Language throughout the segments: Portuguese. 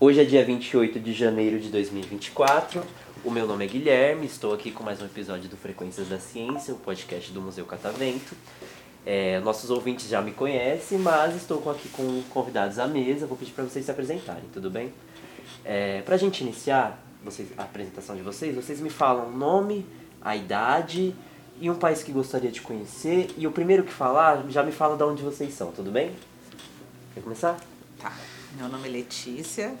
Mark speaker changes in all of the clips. Speaker 1: Hoje é dia 28 de janeiro de 2024. O meu nome é Guilherme, estou aqui com mais um episódio do Frequências da Ciência, o podcast do Museu Catavento. É, nossos ouvintes já me conhecem, mas estou com- aqui com convidados à mesa. Vou pedir para vocês se apresentarem, tudo bem? para a gente iniciar vocês- a apresentação de vocês, vocês me falam o nome, a idade e um país que gostaria de conhecer. E o primeiro que falar já me fala de onde vocês são, tudo bem? Quer começar?
Speaker 2: Tá. Meu nome é Letícia,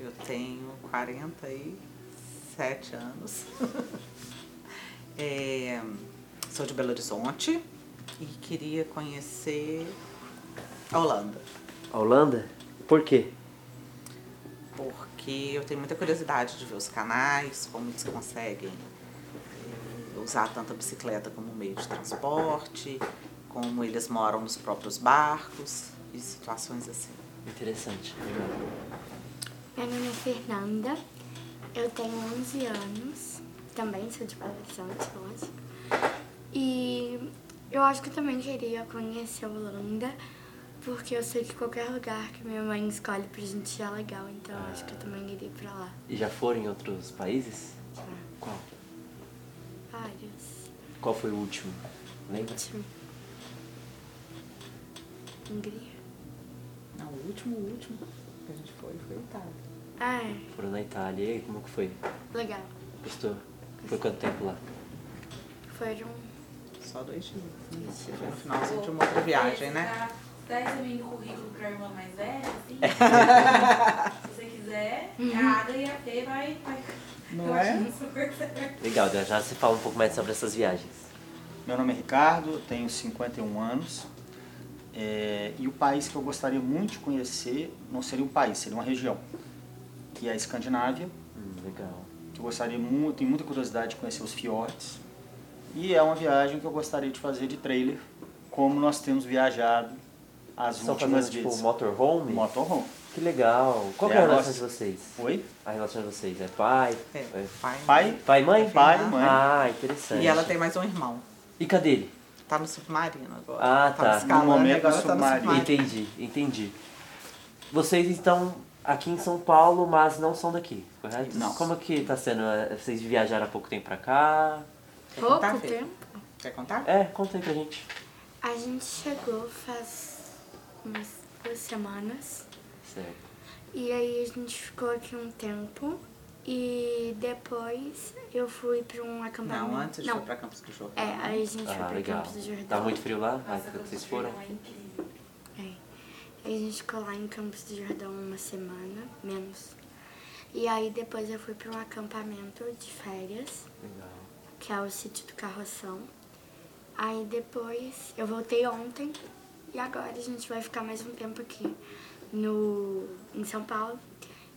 Speaker 2: eu tenho 47 anos. É, sou de Belo Horizonte e queria conhecer a Holanda,
Speaker 1: A Holanda? Por quê?
Speaker 2: porque eu tenho muita curiosidade de ver os canais, como eles conseguem é, usar tanto a bicicleta como meio de transporte, como eles moram nos próprios barcos e situações assim.
Speaker 1: Interessante. legal.
Speaker 3: Meu nome é Fernanda, eu tenho 11 anos, também sou de Belo Horizonte, lógico. E eu acho que eu também queria conhecer a Holanda, porque eu sei que qualquer lugar que minha mãe escolhe pra gente ir é legal, então eu acho que eu também iria pra lá.
Speaker 1: E já foram em outros países?
Speaker 3: Pra
Speaker 1: Qual?
Speaker 3: vários.
Speaker 1: Qual foi o último? Lembra?
Speaker 3: Ótimo. Hungria.
Speaker 2: Não, o último, o último que a gente foi foi Itália.
Speaker 3: Ah, é.
Speaker 1: Foram na Itália. E aí, como que foi?
Speaker 3: legal.
Speaker 1: Gostou? Foi quanto tempo lá?
Speaker 3: Foram
Speaker 2: Só dois dias.
Speaker 3: dois dias.
Speaker 2: Foi o finalzinho de uma outra viagem, né?
Speaker 4: Dá esse mini currículo pra irmã mais velha, assim. Se você quiser, a Ada e a Fê vai. vai
Speaker 5: Uhum. Não
Speaker 4: eu
Speaker 5: é?
Speaker 4: acho que super certo.
Speaker 1: Legal, já- já se fala um pouco mais sobre essas viagens.
Speaker 5: Meu nome é Ricardo, tenho 51 anos. é, e o país que eu gostaria muito de conhecer não seria um país, seria uma região, que é a Escandinávia.
Speaker 1: Hum, legal.
Speaker 5: que Eu gostaria muito, tenho muita curiosidade de conhecer os fiordes. E é uma viagem que eu gostaria de fazer de trailer, como nós temos viajado as
Speaker 1: Só
Speaker 5: últimas
Speaker 1: fazendo tipo
Speaker 5: vezes.
Speaker 1: motorhome?
Speaker 5: Motorhome.
Speaker 1: Que legal. Qual
Speaker 5: É
Speaker 1: que é a
Speaker 5: a
Speaker 1: relação
Speaker 5: nossa-
Speaker 1: de vocês?
Speaker 5: Oi?
Speaker 1: A relação de vocês é pai?
Speaker 2: É,
Speaker 1: é-
Speaker 2: pai.
Speaker 5: Pai?
Speaker 1: Pai e mãe?
Speaker 5: Pai e mãe.
Speaker 1: Ah, interessante.
Speaker 2: E ela tem mais um irmão.
Speaker 1: E cadê ele?
Speaker 2: Tá no submarino agora.
Speaker 1: Ah, tá.
Speaker 2: Tá escalando,
Speaker 5: No momento,
Speaker 2: agora tá no
Speaker 5: submarino.
Speaker 2: submarino.
Speaker 1: Entendi, entendi. Vocês estão aqui em São Paulo, mas não são daqui, correto?
Speaker 5: Não.
Speaker 1: Como que tá sendo? eh, Vocês viajaram há pouco tempo pra cá?
Speaker 3: Pouco
Speaker 2: Quinta-feira.
Speaker 3: tempo.
Speaker 2: Quer contar?
Speaker 1: É, conta aí pra gente.
Speaker 3: A gente chegou faz umas duas semanas.
Speaker 1: Certo.
Speaker 3: E aí a gente ficou aqui um tempo e depois eu fui pra um acampamento.
Speaker 2: Não, antes de
Speaker 3: Não.
Speaker 2: ir pra Campos do Jordão.
Speaker 3: É, aí a gente
Speaker 1: Ah,
Speaker 3: foi pra
Speaker 1: legal.
Speaker 3: Campos do Jordão.
Speaker 1: Tá muito frio lá? Na
Speaker 4: Nossa,
Speaker 1: época que
Speaker 4: quando
Speaker 1: vocês
Speaker 4: você
Speaker 1: foram?
Speaker 4: chega lá, É incrível.
Speaker 3: É. Aí a gente ficou lá em Campos do Jordão uma semana, menos. E aí depois eu fui pra um acampamento de férias,
Speaker 1: Legal.
Speaker 3: que é o sítio do Carroção. Aí depois eu voltei ontem e agora a gente vai ficar mais um tempo aqui no em São Paulo.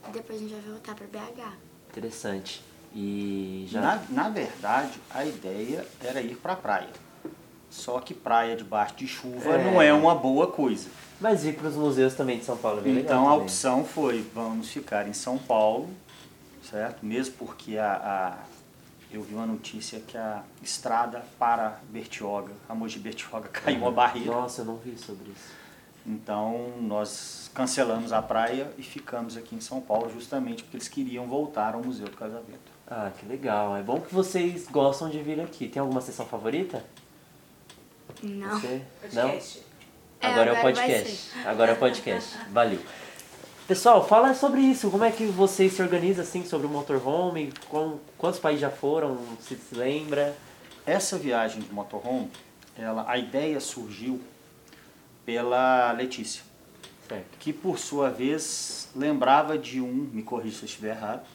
Speaker 3: E depois a gente vai voltar pra BH.
Speaker 1: Interessante. E já.
Speaker 5: Na, na verdade, a ideia era ir pra praia. Só que praia debaixo de chuva
Speaker 1: É.
Speaker 5: não é uma boa coisa.
Speaker 1: Mas ir pros museus também de São Paulo é bem legal
Speaker 5: Então a
Speaker 1: também.
Speaker 5: opção foi, vamos ficar em São Paulo, certo? Mesmo porque a, a- eu vi uma notícia que a estrada para Bertioga, a Mogi Bertioga, caiu uma barreira.
Speaker 1: Nossa, eu não vi sobre isso.
Speaker 5: Então nós cancelamos a praia e ficamos aqui em São Paulo justamente porque eles queriam voltar ao Museu do Casamento.
Speaker 1: Ah, que legal. É bom que vocês gostam de vir aqui. Tem alguma sessão favorita?
Speaker 3: Não.
Speaker 1: Você? Não?
Speaker 4: Podcast.
Speaker 3: É,
Speaker 1: Agora é o
Speaker 3: agora vai
Speaker 1: podcast. Agora é o podcast. Valeu. Pessoal, fala sobre isso. Como é que vocês se organizam assim sobre o motorhome? Com, quantos países já foram? Se se lembra?
Speaker 5: Essa viagem de motorhome, ela, a ideia surgiu pela Letícia.
Speaker 1: Certo.
Speaker 5: que por sua vez lembrava de um, me corrija se eu estiver errado,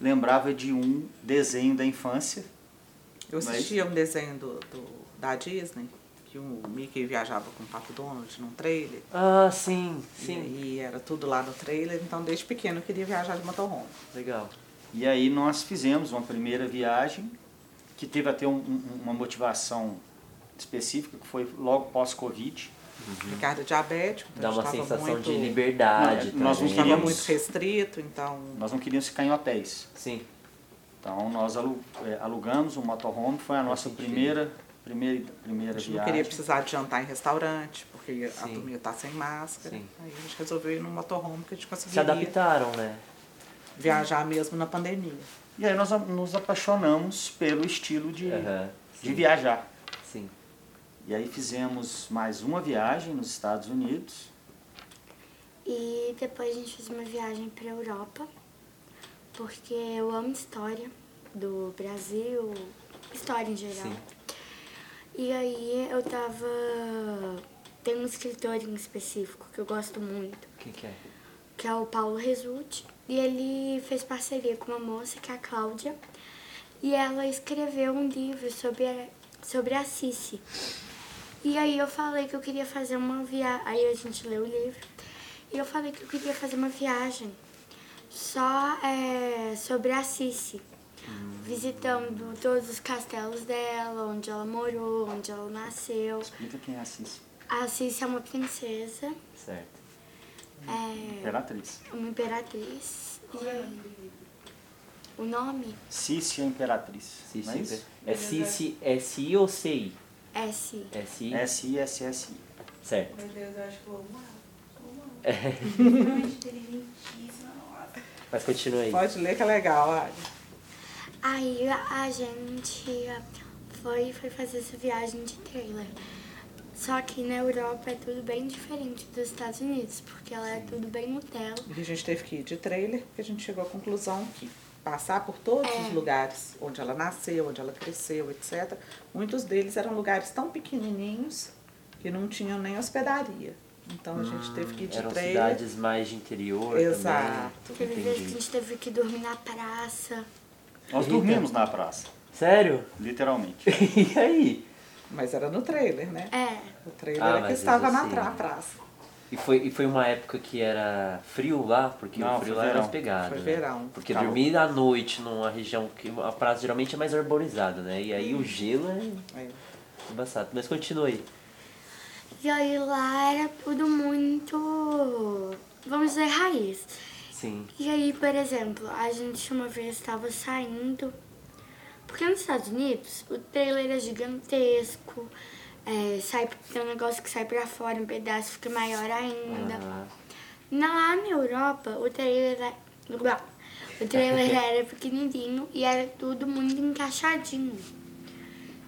Speaker 5: lembrava de um desenho da infância.
Speaker 2: Eu
Speaker 5: Mas-
Speaker 2: assistia um desenho do, do- da Disney, que o Mickey viajava com o Pato Donald num trailer.
Speaker 1: Ah, sim, sim.
Speaker 2: E, e era tudo lá no trailer, então desde pequeno eu queria viajar de motorhome.
Speaker 1: Legal.
Speaker 5: E aí nós fizemos uma primeira viagem que teve até um- um- uma motivação específica, que foi logo pós-Covid.
Speaker 2: Ricardo é diabético,
Speaker 1: Dá
Speaker 2: então
Speaker 1: uma
Speaker 2: a gente tava
Speaker 1: sensação
Speaker 2: muito, É,
Speaker 1: de liberdade.
Speaker 5: Não, nós
Speaker 2: A
Speaker 5: não
Speaker 1: também.
Speaker 2: gente estava
Speaker 5: queríamos-
Speaker 2: muito restrito, então
Speaker 5: Nós não queríamos ficar em hotéis.
Speaker 1: Sim.
Speaker 5: Então nós alu- é, alugamos um motorhome, foi a nossa primeira, primeira, primeira
Speaker 2: A gente
Speaker 5: viagem.
Speaker 2: não queria precisar de jantar em restaurante, porque a
Speaker 1: Sim.
Speaker 2: turma ia estar sem máscara.
Speaker 1: Sim.
Speaker 2: Aí a gente resolveu ir num motorhome que a gente
Speaker 1: Se
Speaker 2: conseguiria
Speaker 1: adaptaram, né?
Speaker 2: viajar mesmo na pandemia.
Speaker 5: E aí nós a- nos apaixonamos pelo estilo de,
Speaker 1: Aham,
Speaker 5: de
Speaker 1: sim,
Speaker 5: viajar.
Speaker 1: Sim.
Speaker 5: E aí fizemos mais uma viagem nos Estados Unidos.
Speaker 3: E depois a gente fez uma viagem para Europa, porque eu amo história do Brasil, história em geral.
Speaker 1: Sim.
Speaker 3: E aí eu tava. Tem um escritor em específico que eu gosto muito,
Speaker 1: O que, que é?
Speaker 3: que é o Paulo Resulti. E ele fez parceria com uma moça, que é a Cláudia, e ela escreveu um livro sobre a, sobre a Sissi. E aí eu falei que eu queria fazer uma viagem. Aí a gente leu o livro. E eu falei que eu queria fazer uma viagem só é, sobre a Sissi. Visitando todos os castelos dela, onde ela morou, onde ela nasceu.
Speaker 5: Explica quem é a Cis,
Speaker 3: A Sissi é uma princesa, é,
Speaker 1: Certo.
Speaker 5: imperatriz.
Speaker 3: uma imperatriz. E aí, o nome
Speaker 5: Cis é imperatriz. não é
Speaker 1: Cici.
Speaker 5: isso?
Speaker 1: É Cici, é CI ou CI?
Speaker 3: é Si.
Speaker 1: É CI?
Speaker 5: S-I-S-S-I.
Speaker 1: Certo.
Speaker 4: Meu Deus, eu acho que eu amo ela. Eu amo ela. Ela é inteligentíssima, nossa.
Speaker 1: Mas continua aí.
Speaker 2: Pode ler que é legal, olha.
Speaker 3: Aí a gente foi, foi fazer essa viagem de trailer. Só que na Europa é tudo bem diferente dos Estados Unidos, porque ela é tudo bem Nutella.
Speaker 2: E a gente teve que ir de trailer, porque a gente chegou à conclusão que passar por todos
Speaker 3: É.
Speaker 2: os lugares onde ela nasceu, onde ela cresceu, etc. Muitos deles eram lugares tão pequenininhos que não tinham nem hospedaria. Então a gente teve que ir de
Speaker 1: Hum, Eram
Speaker 2: trailer.
Speaker 1: cidades mais de interior
Speaker 2: Exato.
Speaker 1: também.
Speaker 3: Teve vezes que a
Speaker 1: Entendi.
Speaker 3: gente teve que dormir na praça.
Speaker 5: Nós
Speaker 1: Eita.
Speaker 5: dormimos na praça,
Speaker 1: Sério?
Speaker 5: literalmente.
Speaker 1: E aí?
Speaker 2: Mas era no trailer, né?
Speaker 3: É,
Speaker 2: O trailer
Speaker 1: Ah,
Speaker 2: era que
Speaker 1: mas
Speaker 2: estava na
Speaker 1: assim-
Speaker 2: tra- praça.
Speaker 1: E foi, e foi uma época que era frio lá, porque
Speaker 5: Não,
Speaker 1: o frio
Speaker 5: foi
Speaker 1: lá era
Speaker 5: verão.
Speaker 1: mais pegado.
Speaker 2: Foi
Speaker 1: né?
Speaker 2: verão.
Speaker 1: Porque
Speaker 5: Calor.
Speaker 1: dormir à noite numa região que a praça geralmente é mais arborizada, né? E
Speaker 5: Hum.
Speaker 1: aí o gelo é
Speaker 2: É.
Speaker 1: embaçado. Mas continua aí.
Speaker 3: e aí lá era tudo muito, vamos dizer, raiz.
Speaker 1: Sim.
Speaker 3: E aí, por exemplo, a gente uma vez estava saindo. Porque nos Estados Unidos o trailer é gigantesco, é, sai, tem um negócio que sai pra fora, um pedaço fica maior ainda.
Speaker 1: Ah,
Speaker 3: Na, lá na Europa o trailer é. blá, O trailer era pequenininho e era tudo muito encaixadinho.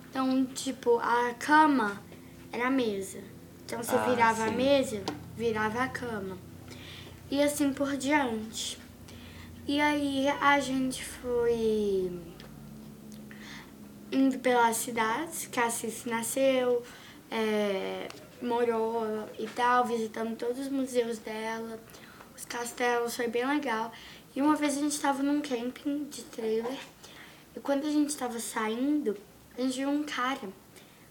Speaker 3: Então, tipo, a cama era a mesa. Então você
Speaker 1: Ah,
Speaker 3: virava a
Speaker 1: sim.
Speaker 3: mesa, virava a cama. E assim por diante. E aí a gente foi indo pelas cidades que a Cici nasceu, é, morou e tal, visitando todos os museus dela, os castelos, foi bem legal. E uma vez a gente estava num camping de trailer e quando a gente estava saindo, a gente viu um cara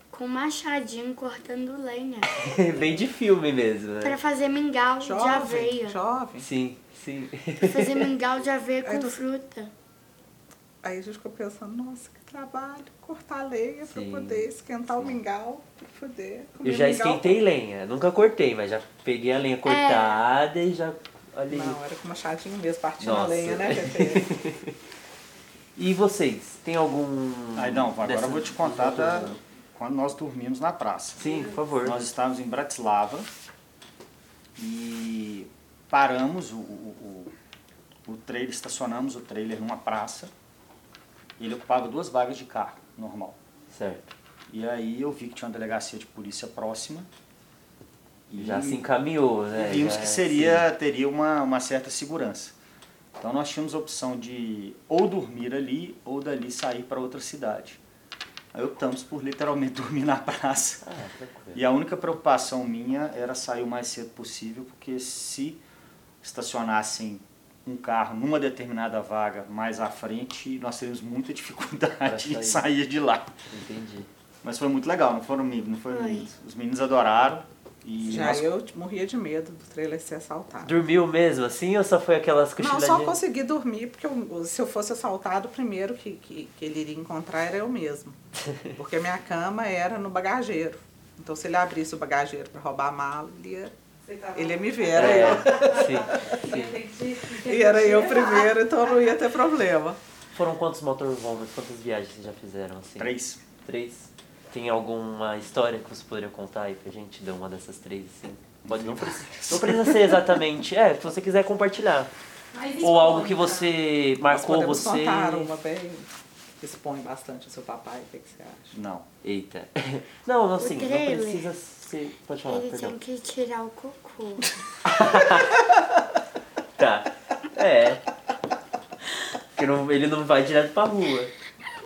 Speaker 3: com um machadinho cortando lenha
Speaker 1: Bem de filme mesmo, né?
Speaker 3: para fazer mingau de
Speaker 2: Jovem, É
Speaker 3: aveia.
Speaker 2: jovem.
Speaker 1: Sim, sim.
Speaker 3: Pra fazer mingau de aveia
Speaker 2: Aí
Speaker 3: com
Speaker 2: tu-
Speaker 3: fruta.
Speaker 2: Aí a gente ficou pensando, nossa, que trabalho, cortar lenha pra
Speaker 1: Sim,
Speaker 2: poder esquentar o
Speaker 1: sim.
Speaker 2: mingau, pra poder comer
Speaker 1: Eu já
Speaker 2: mingau.
Speaker 1: esquentei lenha. Nunca cortei, mas já peguei a lenha cortada e já. Olha aí.
Speaker 2: Não, era com machadinho mesmo, partindo a
Speaker 1: Nossa.
Speaker 2: lenha, né, Pepe?
Speaker 1: E vocês, tem algum.
Speaker 5: Aí não, agora
Speaker 1: Hum, dessa-
Speaker 5: eu vou te contar da, quando nós dormimos na praça.
Speaker 1: Sim, por favor.
Speaker 5: Nós estávamos em Bratislava e paramos o, o, o, o trailer, estacionamos o trailer numa praça. Ele ocupava duas vagas de carro, normal.
Speaker 1: Certo.
Speaker 5: E aí eu vi que tinha uma delegacia de polícia próxima. E
Speaker 1: Já se encaminhou, né?
Speaker 5: vimos
Speaker 1: Já-
Speaker 5: que seria, teria uma, uma certa segurança. Então nós tínhamos a opção de ou dormir ali ou dali sair para outra cidade. Aí optamos por literalmente dormir na praça.
Speaker 1: Ah, tranquilo.
Speaker 5: E a única preocupação minha era sair o mais cedo possível, porque se estacionassem um carro numa determinada vaga mais à frente, nós teríamos muita dificuldade
Speaker 1: Pra sair.
Speaker 5: em sair de lá.
Speaker 1: Entendi.
Speaker 5: Mas foi muito legal, não foram meninos, não foram
Speaker 3: Foi.
Speaker 5: meninos. Os meninos adoraram. E
Speaker 2: Já
Speaker 5: nós-
Speaker 2: eu morria de medo do trailer ser assaltado.
Speaker 1: Dormiu mesmo assim ou só foi aquelas
Speaker 2: Não,
Speaker 1: cochiladinhas?
Speaker 2: só consegui dormir, porque eu- se eu fosse assaltado, o primeiro que, que, que ele iria encontrar era eu mesmo. Porque minha cama era no bagageiro. Então, se ele abrisse o bagageiro pra roubar a mala, ele ia,
Speaker 4: Você tá tava-
Speaker 2: ele ia me ver, era eu.
Speaker 1: É, sim.
Speaker 4: Eu tenho que te-
Speaker 2: E era eu primeiro, então não ia ter problema.
Speaker 1: Foram quantos motorhomes, quantas viagens vocês já fizeram assim?
Speaker 5: Três.
Speaker 1: Três? Tem alguma história que vocês poderiam contar aí pra gente de uma dessas três, assim? Pode, não, precisa, não precisa ser exatamente. É, se você quiser compartilhar.
Speaker 4: Mas
Speaker 1: Ou
Speaker 4: expõe,
Speaker 1: algo que
Speaker 4: tá?
Speaker 1: você
Speaker 2: Nós
Speaker 1: marcou
Speaker 2: podemos
Speaker 1: você.
Speaker 2: contar uma bem que expõe bastante o seu papai, o que, que você acha?
Speaker 5: Não.
Speaker 1: Eita. Não, assim, não
Speaker 3: trailer.
Speaker 1: precisa ser. Pode falar,
Speaker 3: Ele
Speaker 2: né?
Speaker 1: perdão.
Speaker 3: tem que tirar o cocô.
Speaker 1: Tá. É. Porque não- ele não vai direto pra rua.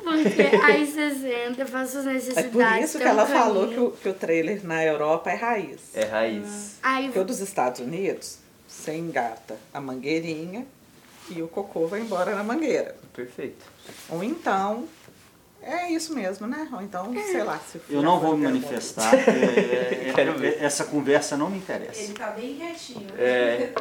Speaker 3: Porque aí vocês entram, fazem as
Speaker 2: É
Speaker 3: necessidades.
Speaker 2: por isso que
Speaker 3: tem um
Speaker 2: ela falou que
Speaker 3: caminho.
Speaker 2: o, que o trailer na Europa é raiz.
Speaker 1: É raiz.
Speaker 3: Aí
Speaker 2: Porque o dos Estados Unidos, você engata a mangueirinha e o cocô vai embora na mangueira.
Speaker 1: Perfeito.
Speaker 2: Ou então, é isso mesmo, né? Ou então,
Speaker 3: É.
Speaker 2: sei lá. Se
Speaker 5: Eu não vou me
Speaker 2: for-
Speaker 5: manifestar. é, é,
Speaker 1: Quero ver.
Speaker 5: Essa conversa não me interessa.
Speaker 4: Ele tá bem quietinho.
Speaker 1: É.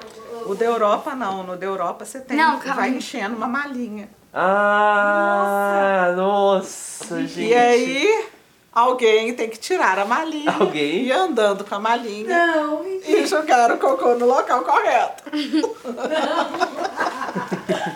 Speaker 2: O da Europa não, no da Europa você tem,
Speaker 3: Não, calma.
Speaker 2: vai enchendo uma malinha.
Speaker 1: Ah, nossa, gente.
Speaker 2: E aí, alguém tem que tirar a malinha
Speaker 1: Alguém?
Speaker 2: e ir andando com a malinha
Speaker 4: Não,
Speaker 2: e jogar o cocô no local correto.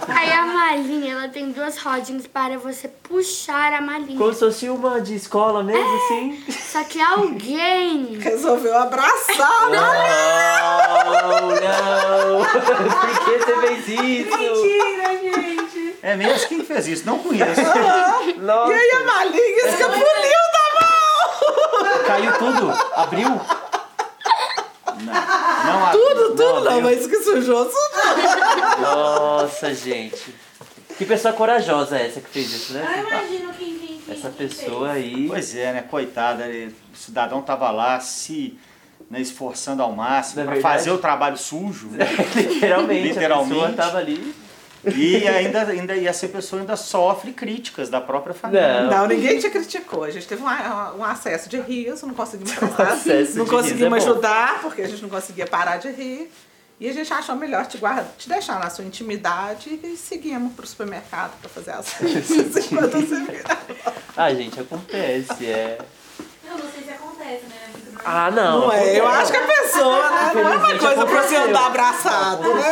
Speaker 3: Aí a malinha, ela tem duas rodinhas para você puxar a malinha.
Speaker 1: Como se fosse uma de escola mesmo,
Speaker 2: É.
Speaker 1: assim.
Speaker 3: Só que alguém
Speaker 2: Resolveu abraçar, né?
Speaker 1: Não, Ah, não. Por que você fez isso?
Speaker 4: mentira, gente.
Speaker 5: É mesmo quem fez isso? Não conheço.
Speaker 2: E aí a
Speaker 1: Nossa,
Speaker 2: malinha escapuliu da mão!
Speaker 1: caiu tudo. Abriu?
Speaker 5: Não. Não há-
Speaker 2: Tudo, tudo não,
Speaker 1: abriu.
Speaker 2: mas que sujou, sujou.
Speaker 1: Nossa, gente. Que pessoa corajosa é essa que fez isso,
Speaker 4: Ah,
Speaker 1: né?
Speaker 4: imagino quem, quem, quem.
Speaker 1: Essa
Speaker 4: quem
Speaker 1: pessoa
Speaker 4: fez.
Speaker 1: aí.
Speaker 5: Pois é, né? Coitada, ele- o cidadão tava lá se né, esforçando ao máximo
Speaker 1: Não é
Speaker 5: para fazer
Speaker 1: verdade?
Speaker 5: o trabalho sujo. né?
Speaker 1: Literalmente, a pessoa
Speaker 5: Literalmente.
Speaker 1: tava ali.
Speaker 5: E ainda, ainda e essa pessoa ainda sofre críticas da própria família.
Speaker 1: Não.
Speaker 2: Não, ninguém te criticou. A gente teve um, um acesso de riso, não conseguimos falar.
Speaker 1: acesso
Speaker 2: não
Speaker 1: de riso
Speaker 2: conseguimos
Speaker 1: é bom.
Speaker 2: ajudar, porque a gente não conseguia parar de rir. E a gente achou melhor te, guarda, te deixar na sua intimidade e seguimos pro supermercado para fazer as coisas enquanto você vira.
Speaker 1: Ah, gente, acontece, é.
Speaker 4: Não, não sei se acontece, né? É muito normal.
Speaker 1: Ah, não.
Speaker 2: Não é, eu acho que a pessoa, né? Não é uma
Speaker 1: Infelizmente,
Speaker 2: coisa pra você
Speaker 1: aconteceu.
Speaker 2: andar abraçado, né?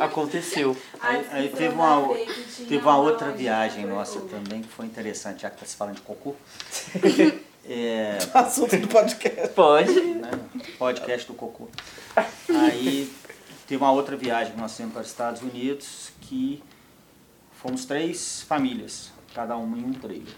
Speaker 1: Aconteceu, aconteceu.
Speaker 4: Ai,
Speaker 5: Aí, aí
Speaker 4: que
Speaker 5: teve,
Speaker 4: saudade
Speaker 5: uma,
Speaker 4: dele, que tinha
Speaker 5: teve uma outra
Speaker 4: loja,
Speaker 5: viagem
Speaker 4: né?
Speaker 5: nossa também que foi interessante, já que tá se falando de cocô. É,
Speaker 1: Tá
Speaker 2: Assunto do podcast.
Speaker 1: Pode.
Speaker 5: né, podcast do cocô. Aí teve uma outra viagem que nós fizemos para os Estados Unidos que fomos três famílias, cada uma em um trailer.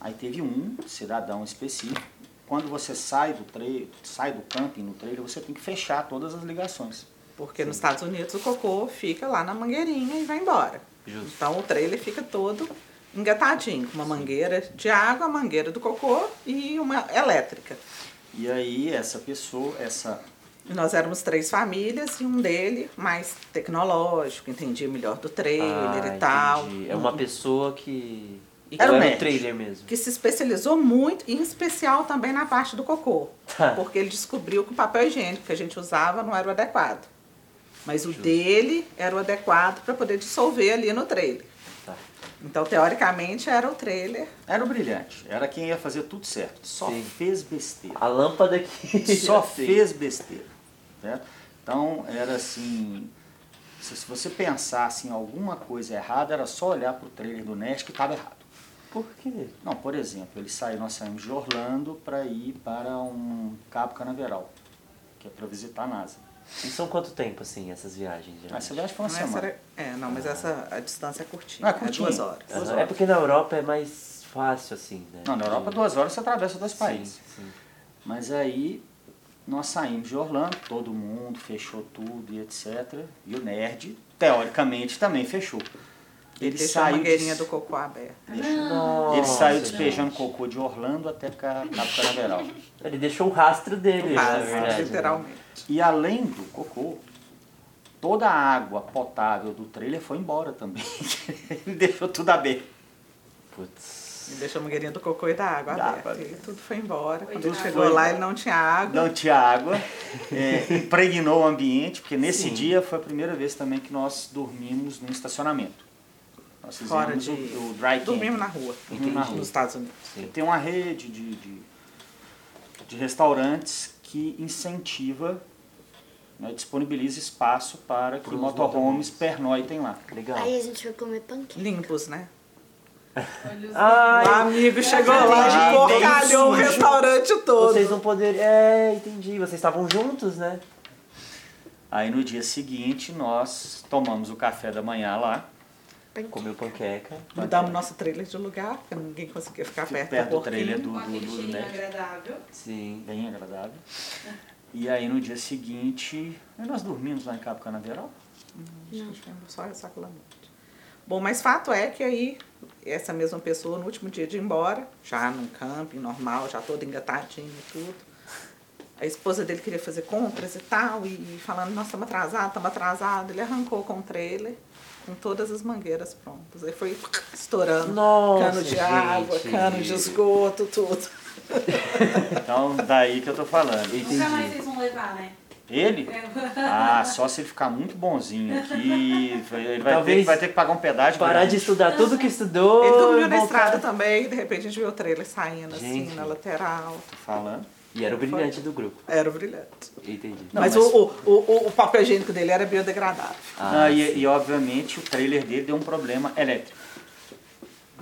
Speaker 5: Aí teve um cidadão específico. Quando você sai do trailer, sai do camping no trailer, você tem que fechar todas as ligações.
Speaker 2: Porque nos Estados Unidos o cocô fica lá na mangueirinha e vai embora.
Speaker 1: Justo.
Speaker 2: Então o trailer fica todo engatadinho, com uma mangueira de água, a mangueira do cocô e uma elétrica.
Speaker 5: E aí essa pessoa, essa
Speaker 2: E nós éramos três famílias e um dele mais tecnológico, entendia melhor do trailer
Speaker 1: Ah,
Speaker 2: e tal.
Speaker 1: entendi. É uma pessoa que.
Speaker 2: E
Speaker 1: Era
Speaker 5: que-
Speaker 1: um trailer mesmo.
Speaker 2: que se especializou muito, e em especial também na parte do cocô.
Speaker 1: Tá.
Speaker 2: Porque ele descobriu que o papel higiênico que a gente usava não era o adequado. Mas o dele era o adequado para poder dissolver ali no trailer.
Speaker 1: Tá.
Speaker 2: Então, teoricamente, era o trailer.
Speaker 5: era o brilhante, era quem ia fazer tudo certo, só
Speaker 1: Sim.
Speaker 5: fez besteira.
Speaker 1: A lâmpada que.
Speaker 5: só
Speaker 1: Assim.
Speaker 5: fez besteira. Né? Então era assim. Se se você pensasse em alguma coisa errada, era só olhar para o trailer do Nest que estava errado.
Speaker 1: Por quê?
Speaker 5: Não, por exemplo, ele saiu, nós saímos de Orlando para ir para um Cabo Canaveral, que é para visitar a NASA.
Speaker 1: E são quanto tempo, assim, essas viagens? geralmente?
Speaker 5: Essa viagem foi uma
Speaker 2: É Não, essa
Speaker 5: semana.
Speaker 2: era- é, não, mas essa a distância é curtinha.
Speaker 5: Não, é
Speaker 2: é
Speaker 5: curtinha.
Speaker 2: duas horas.
Speaker 5: duas
Speaker 1: Aham. É
Speaker 5: horas.
Speaker 1: porque na Europa é mais fácil, assim, né?
Speaker 5: Não, é na Europa duas horas você atravessa dois
Speaker 1: Sim,
Speaker 5: países.
Speaker 1: sim.
Speaker 5: Mas aí nós saímos de Orlando, todo mundo fechou tudo e etc. E o Nerd, teoricamente, também fechou.
Speaker 2: Ele deixou a
Speaker 5: saiu
Speaker 2: mangueirinha
Speaker 5: de-
Speaker 2: do cocô aberta.
Speaker 5: Deixou-
Speaker 1: Nossa,
Speaker 5: Ele saiu
Speaker 1: gente.
Speaker 5: despejando cocô de Orlando até Ca- Cabo Canaveral.
Speaker 1: Ele deixou o rastro dele, na
Speaker 2: Quase,
Speaker 1: verdade.
Speaker 2: Ah,
Speaker 1: né?
Speaker 2: literalmente.
Speaker 5: E além do cocô, toda a água potável do trailer foi embora também. Ele deixou tudo aberto.
Speaker 1: Putz.
Speaker 2: Ele deixou a mangueirinha do cocô e da água
Speaker 5: Da
Speaker 2: aberta.
Speaker 5: água.
Speaker 2: E tudo foi embora. Quando
Speaker 4: Coitado.
Speaker 2: ele chegou
Speaker 5: Foi.
Speaker 2: lá, ele não tinha água.
Speaker 5: Não tinha água, é, impregnou o ambiente, porque nesse
Speaker 1: Sim.
Speaker 5: dia foi a primeira vez também que nós dormimos num estacionamento. Nós fizemos
Speaker 2: Fora de-
Speaker 5: o, o dry camping.
Speaker 2: Dormimos na rua.
Speaker 5: Dormimos na rua.
Speaker 2: Nos Estados Unidos.
Speaker 1: Sim.
Speaker 5: É, Tem uma rede de, de, de restaurantes que incentiva né, disponibiliza espaço para que
Speaker 1: Pros
Speaker 5: motorhomes
Speaker 1: motorhomes.
Speaker 5: pernoitem lá.
Speaker 1: Legal.
Speaker 3: Aí a gente foi comer panqueca.
Speaker 2: Limpos, né?
Speaker 4: Olhos
Speaker 5: Ah,
Speaker 1: Ai,
Speaker 2: O amigo chegou lá
Speaker 1: entendi.
Speaker 2: e porcalhou o
Speaker 1: Entendi.
Speaker 2: restaurante todo.
Speaker 1: vocês não poderiam. É, entendi. Vocês estavam juntos, né?
Speaker 5: Aí no dia seguinte nós tomamos o café da manhã lá,
Speaker 3: Panqueca.
Speaker 1: Comeu panqueca.
Speaker 2: Mudamos nosso trailer de lugar, porque ninguém conseguia ficar perto,
Speaker 5: perto
Speaker 2: do
Speaker 5: do
Speaker 2: porquinho.
Speaker 5: trailer do,
Speaker 4: com
Speaker 5: do,
Speaker 4: aquele
Speaker 5: do né?
Speaker 4: cheirinho
Speaker 5: Neto.
Speaker 4: agradável.
Speaker 1: Sim.
Speaker 5: Bem agradável. E aí no dia seguinte, aí nós dormimos lá em Cabo Canaveral.
Speaker 2: é Só, só aquela noite. Bom, mas fato é que aí essa mesma pessoa, no último dia de ir embora, já num camping normal, já todo engatadinho e tudo, a esposa dele queria fazer compras e tal, e falando, nós estamos atrasados, estamos atrasados. Ele arrancou com o trailer, com todas as mangueiras prontas. Aí foi estourando
Speaker 1: Nossa,
Speaker 2: cano de água,
Speaker 1: gente.
Speaker 2: cano de esgoto, tudo.
Speaker 5: Então daí que eu tô falando.
Speaker 1: Entendi.
Speaker 4: Nunca mais vocês vão levar, né?
Speaker 5: Ele? Ah, só se ele ficar muito bonzinho aqui. Ele vai, ter,
Speaker 1: Talvez
Speaker 5: que- vai ter que pagar um pedágio.
Speaker 1: Parar
Speaker 5: grande.
Speaker 1: de estudar tudo que estudou.
Speaker 2: Ele dormiu na
Speaker 1: voltar-
Speaker 2: estrada também, de repente a gente viu o trailer saindo
Speaker 1: tá. Gente.
Speaker 2: assim, na lateral.
Speaker 5: Falando.
Speaker 1: E era o brilhante do grupo.
Speaker 2: Era o brilhante.
Speaker 1: Entendi.
Speaker 5: Não,
Speaker 2: mas
Speaker 5: mas-
Speaker 2: O, o, o, o papel higiênico dele era biodegradável.
Speaker 1: Ah,
Speaker 5: Ah,
Speaker 1: sim.
Speaker 5: e, e, obviamente o trailer dele deu um problema elétrico.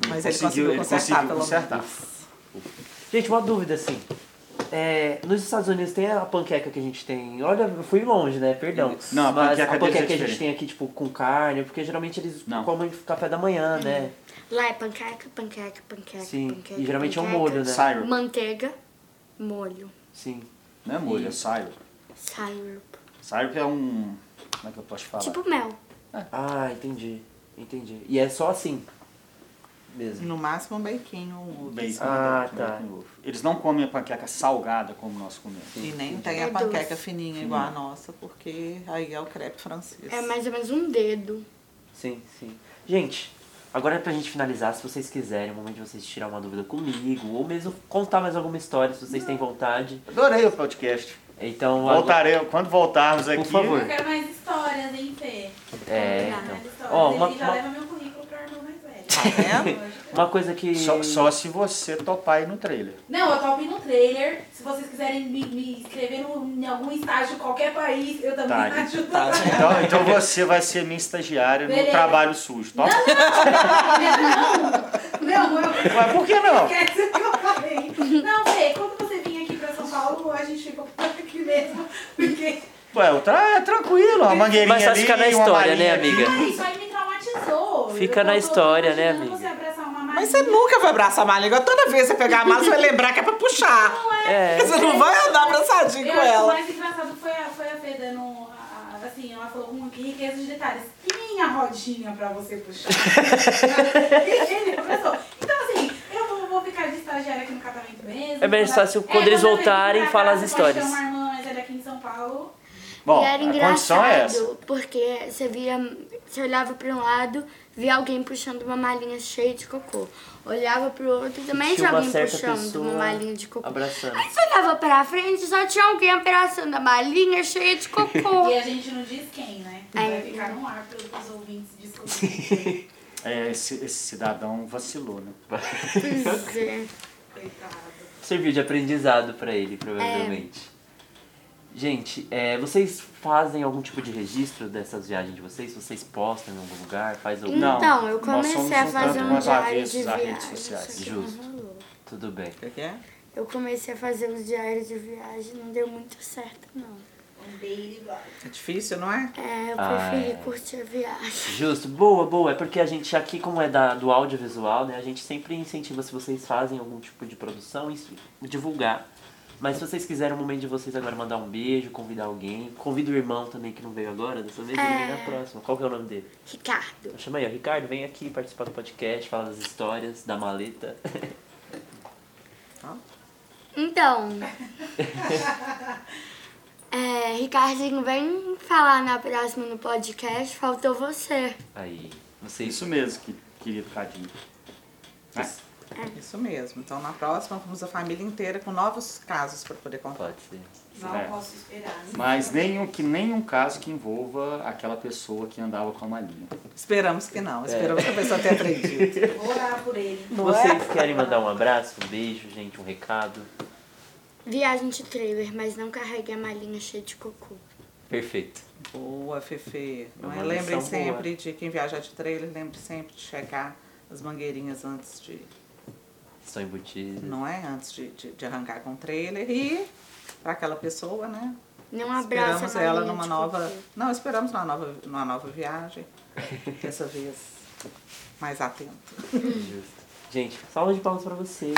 Speaker 2: Mas ele
Speaker 5: Conseguiu-
Speaker 2: conseguiu,
Speaker 5: ele
Speaker 2: consertar,
Speaker 5: conseguiu
Speaker 2: pelo
Speaker 5: consertar.
Speaker 2: menos.
Speaker 1: Gente, uma dúvida assim. É, nos Estados Unidos tem a panqueca que a gente tem. Olha, eu fui longe, né? Perdão.
Speaker 5: Não, a
Speaker 1: Mas
Speaker 5: panqueca
Speaker 1: a
Speaker 5: deles é
Speaker 1: panqueca que a gente
Speaker 5: diferente.
Speaker 1: tem aqui, tipo, com carne, porque geralmente eles
Speaker 5: Não.
Speaker 1: comem café da manhã, né?
Speaker 3: Lá é panqueca, panqueca, panqueca,
Speaker 1: Sim,
Speaker 3: panqueca.
Speaker 1: e geralmente é um
Speaker 3: panqueca,
Speaker 1: molho, né?
Speaker 5: Syrup.
Speaker 3: Manteiga, molho,
Speaker 1: Sim.
Speaker 5: Não é molho, é syrup.
Speaker 3: syrup.
Speaker 5: Syrup é um. Como é que eu posso falar?
Speaker 3: Tipo mel.
Speaker 1: Ah, entendi. Entendi. E é só assim. Mesmo.
Speaker 2: No máximo um beiquinho ou outro.
Speaker 5: Bacon,
Speaker 1: Ah,
Speaker 5: bacon,
Speaker 1: tá.
Speaker 5: bacon, ovo. Eles não comem a panqueca salgada como nós comemos.
Speaker 2: E nem tem
Speaker 3: É
Speaker 2: a panqueca
Speaker 3: doce.
Speaker 2: fininha igual a nossa, porque aí é o crepe francês.
Speaker 3: É mais ou menos um dedo.
Speaker 1: Sim, sim. Gente, agora é pra gente finalizar, se vocês quiserem, o momento de vocês tirar uma dúvida comigo, ou mesmo contar mais alguma história, se vocês têm vontade.
Speaker 5: Adorei o podcast.
Speaker 1: Então, agora-
Speaker 5: Voltarei, quando voltarmos aqui.
Speaker 1: favor.
Speaker 4: Eu quero mais histórias, hein, Fê?
Speaker 1: É,
Speaker 4: Quero
Speaker 1: então.
Speaker 4: mais histórias.
Speaker 1: Ó,
Speaker 4: Ele
Speaker 1: uma-
Speaker 4: já
Speaker 1: uma-
Speaker 4: leva meu currículo pro irmão mais velho.
Speaker 2: Tá vendo?
Speaker 4: Lógico.
Speaker 1: Uma coisa que.
Speaker 5: Só, só se você topar aí no trailer.
Speaker 4: Não, eu topo ir no trailer. Se vocês quiserem me, me inscrever no- em algum estágio em qualquer país, eu também
Speaker 5: Tá,
Speaker 4: ajudo.
Speaker 2: tá, gente.
Speaker 5: Então, então você vai ser minha estagiária no
Speaker 4: Beleza.
Speaker 5: trabalho sujo. tá? Top?
Speaker 4: Não, não, eu-
Speaker 5: Mas por que não?
Speaker 4: Quer dizer que eu falei. Não, Fê, quando você vir aqui pra São Paulo, a gente fica por aqui mesmo. Porque.
Speaker 5: Ué, o tra é tranquilo, a mangueirinha
Speaker 1: Mas vai
Speaker 5: ali,
Speaker 1: ficar na
Speaker 5: uma
Speaker 1: história,
Speaker 5: marinha
Speaker 1: né,
Speaker 5: aqui.
Speaker 1: amiga?
Speaker 4: Ah, isso aí me traumatizou.
Speaker 1: Fica
Speaker 4: Eu
Speaker 1: na
Speaker 4: tô-
Speaker 1: história,
Speaker 4: tô
Speaker 1: né,
Speaker 4: imaginando
Speaker 1: amiga?
Speaker 4: Você abraçar uma
Speaker 2: Mas
Speaker 4: marinha.
Speaker 2: você nunca vai abraçar a malinha. Agora, Toda vez que você pegar a mala, você vai lembrar que é pra puxar.
Speaker 1: É.
Speaker 2: Você não vai andar
Speaker 4: então, Eu
Speaker 2: abraçadinho com
Speaker 4: acho que o
Speaker 2: ela.
Speaker 4: mais engraçado foi a, foi a Fê dando. a- a- Assim, ela falou com que riqueza de detalhes. Tem a rodinha pra você puxar. Ele abraçou. Então, assim, eu vou, vou ficar de estagiária aqui no catamento mesmo.
Speaker 1: É bem fácil, quando eles
Speaker 4: eu
Speaker 1: voltarem,
Speaker 4: vir pra
Speaker 1: fala
Speaker 4: casa,
Speaker 1: as
Speaker 4: pode ter
Speaker 1: histórias.
Speaker 4: uma irmã mais velha aqui em São Paulo.
Speaker 5: Bom,
Speaker 3: e era
Speaker 5: a condição é essa.
Speaker 3: engraçado, porque você via, você olhava para um lado, via alguém puxando uma malinha cheia de cocô. Olhava pro outro, também
Speaker 1: Tinha
Speaker 3: tinha
Speaker 1: uma
Speaker 3: alguém
Speaker 1: certa
Speaker 3: puxando
Speaker 1: pessoa
Speaker 3: uma malinha de cocô.
Speaker 1: abraçando.
Speaker 3: Aí você olhava pra frente, só tinha alguém abraçando a malinha cheia de cocô.
Speaker 2: Uhum.
Speaker 4: E a gente não diz quem, né?
Speaker 3: É.
Speaker 4: Vai ficar no ar pelos ouvintes descobrirem.
Speaker 5: É, esse, esse cidadão vacilou, né?
Speaker 3: Pois é.
Speaker 4: Coitado.
Speaker 1: Serviu de aprendizado pra ele,
Speaker 3: É.
Speaker 1: provavelmente. Gente, é, vocês fazem algum tipo de registro dessas viagens de vocês? Vocês postam em algum lugar? Faz algum.
Speaker 5: Não.
Speaker 3: Então, eu
Speaker 5: nós somos
Speaker 3: comecei a
Speaker 5: um
Speaker 3: fazer
Speaker 5: tanto
Speaker 3: um
Speaker 5: mais
Speaker 3: diário
Speaker 5: avessos
Speaker 3: de
Speaker 5: a redes
Speaker 3: viagem.
Speaker 5: sociais.
Speaker 3: só que
Speaker 1: Justo.
Speaker 3: não rolou.
Speaker 1: Tudo bem.
Speaker 2: O que que é?
Speaker 3: Eu comecei a fazer uns diários de viagem, não deu muito certo, não.
Speaker 4: Um baby block.
Speaker 2: É difícil, não é?
Speaker 3: É, eu
Speaker 1: Ah,
Speaker 3: preferi
Speaker 1: é.
Speaker 3: curtir a viagem.
Speaker 1: Justo, boa, boa. É porque a gente aqui, como é da, do audiovisual, né? A gente sempre incentiva se vocês fazem algum tipo de produção, isso, divulgar. Mas se vocês quiserem, o momento de vocês agora mandar um beijo, convidar alguém. Convida o irmão também que não veio agora, dessa vez ele vem na próxima. Qual que é o nome dele? Então,
Speaker 3: Ricardo.
Speaker 1: Chama aí, ó, Ricardo, vem aqui participar do podcast, fala das histórias, da maleta.
Speaker 3: Então. é, Ricardinho, vem falar na próxima no podcast. Faltou você.
Speaker 1: Aí, vocês.
Speaker 5: É Isso mesmo, que, querido Cadinho.
Speaker 1: Isso.
Speaker 5: É.
Speaker 3: É.
Speaker 2: Isso mesmo. Então, na próxima, vamos a família inteira com novos casos pra poder contar.
Speaker 1: Pode ser.
Speaker 4: Não
Speaker 5: É.
Speaker 4: posso esperar. né?
Speaker 5: Mas nenhum, que nenhum caso que envolva aquela pessoa que andava com a malinha.
Speaker 2: Esperamos que não. Esperamos que a pessoa tenha aprendido.
Speaker 4: Vou orar por ele.
Speaker 2: Não é?
Speaker 1: Vocês querem mandar um abraço, um beijo, gente, um recado?
Speaker 3: Viagem de trailer, mas não carregue a malinha cheia de cocô.
Speaker 1: Perfeito.
Speaker 2: Boa, Fefe.
Speaker 1: É uma
Speaker 2: Não é? Lembrem
Speaker 1: lição boa.
Speaker 2: sempre de quem viajar de trailer, lembre sempre de checar as mangueirinhas antes de.
Speaker 1: São embutidos.
Speaker 2: Não é? Antes de, de, de arrancar com o trailer. E para aquela pessoa, né?
Speaker 3: Não abraça
Speaker 2: Esperamos
Speaker 3: a
Speaker 2: ela
Speaker 3: Maria
Speaker 2: numa
Speaker 3: de
Speaker 2: nova.
Speaker 3: Coqueiro.
Speaker 2: Não, esperamos numa nova, numa nova viagem. Dessa vez mais atento.
Speaker 1: Justo. Gente, salva de palmas pra vocês.